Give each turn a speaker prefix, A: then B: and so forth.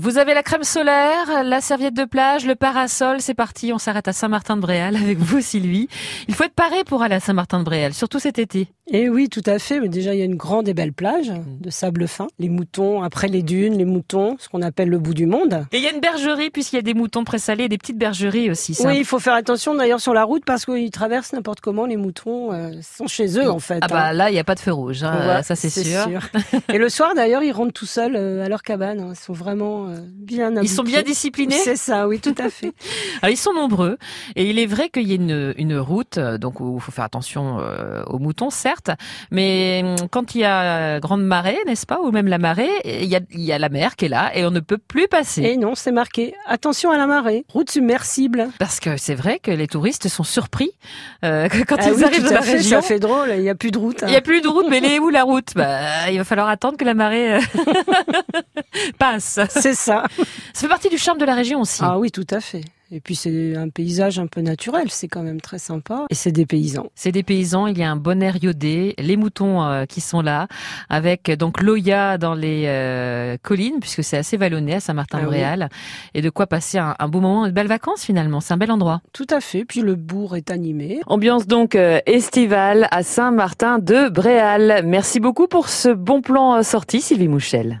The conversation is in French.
A: Vous avez la crème solaire, la serviette de plage, le parasol, c'est parti, on s'arrête à Saint-Martin-de-Bréal avec vous Sylvie. Il faut être paré pour aller à Saint-Martin-de-Bréal, surtout cet été.
B: Et Eh oui, tout à fait. Mais déjà, il y a une grande et belle plage de sable fin. Les moutons, après les dunes, les moutons, ce qu'on appelle le bout du monde.
A: Et il y a une bergerie puisqu'il y a des moutons présalés et des petites bergeries aussi. ça.
B: Oui, il faut faire attention d'ailleurs sur la route parce qu'ils traversent n'importe comment. Les moutons euh, sont chez eux en fait.
A: Ah bah
B: hein.
A: là, il n'y a pas de feu rouge, hein,
B: On voit,
A: ça c'est sûr.
B: et le soir d'ailleurs, ils rentrent tout seuls euh, à leur cabane. hein. Ils sont vraiment euh, bien
A: Ils sont bien
B: habitués.
A: disciplinés
B: C'est ça, oui, tout à fait.
A: Alors, ils sont nombreux et il est vrai qu'il y a une, une route, euh, donc où il faut faire attention euh, aux moutons, certes, mais hum, quand il y a euh, grande marée, n'est-ce pas, ou même la marée, il y a, il y a la mer qui est là et on ne peut plus passer.
B: Et non, c'est marqué. Attention à la marée. Route submersible.
A: Parce que c'est vrai que les touristes sont surpris euh, que quand
B: Ah
A: ils
B: oui,
A: arrivent dans
B: tout à
A: la
B: fait,
A: région.
B: Ça fait drôle. Il n'y a plus de route. hein.
A: Il n'y a plus de route, mais elle est où la route bah, Il va falloir attendre que la marée euh, passe.
B: C'est ça.
A: Ça fait partie du charme de la région aussi.
B: Ah oui, tout à fait. Et puis c'est un paysage un peu naturel, c'est quand même très sympa. Et c'est des paysans.
A: C'est des paysans, il y a un bon air iodé, les moutons euh, qui sont là, avec euh, donc l'Oya dans les euh, collines, puisque c'est assez vallonné à
B: Ah
A: Saint-Martin-Bréal, et de quoi passer un, un beau moment, de belles vacances finalement, c'est un bel endroit.
B: Tout à fait. Puis le bourg est animé.
C: Ambiance donc euh, estivale à Saint-Martin de Bréal. Merci beaucoup pour ce bon plan euh, sorti, Sylvie Mouchel.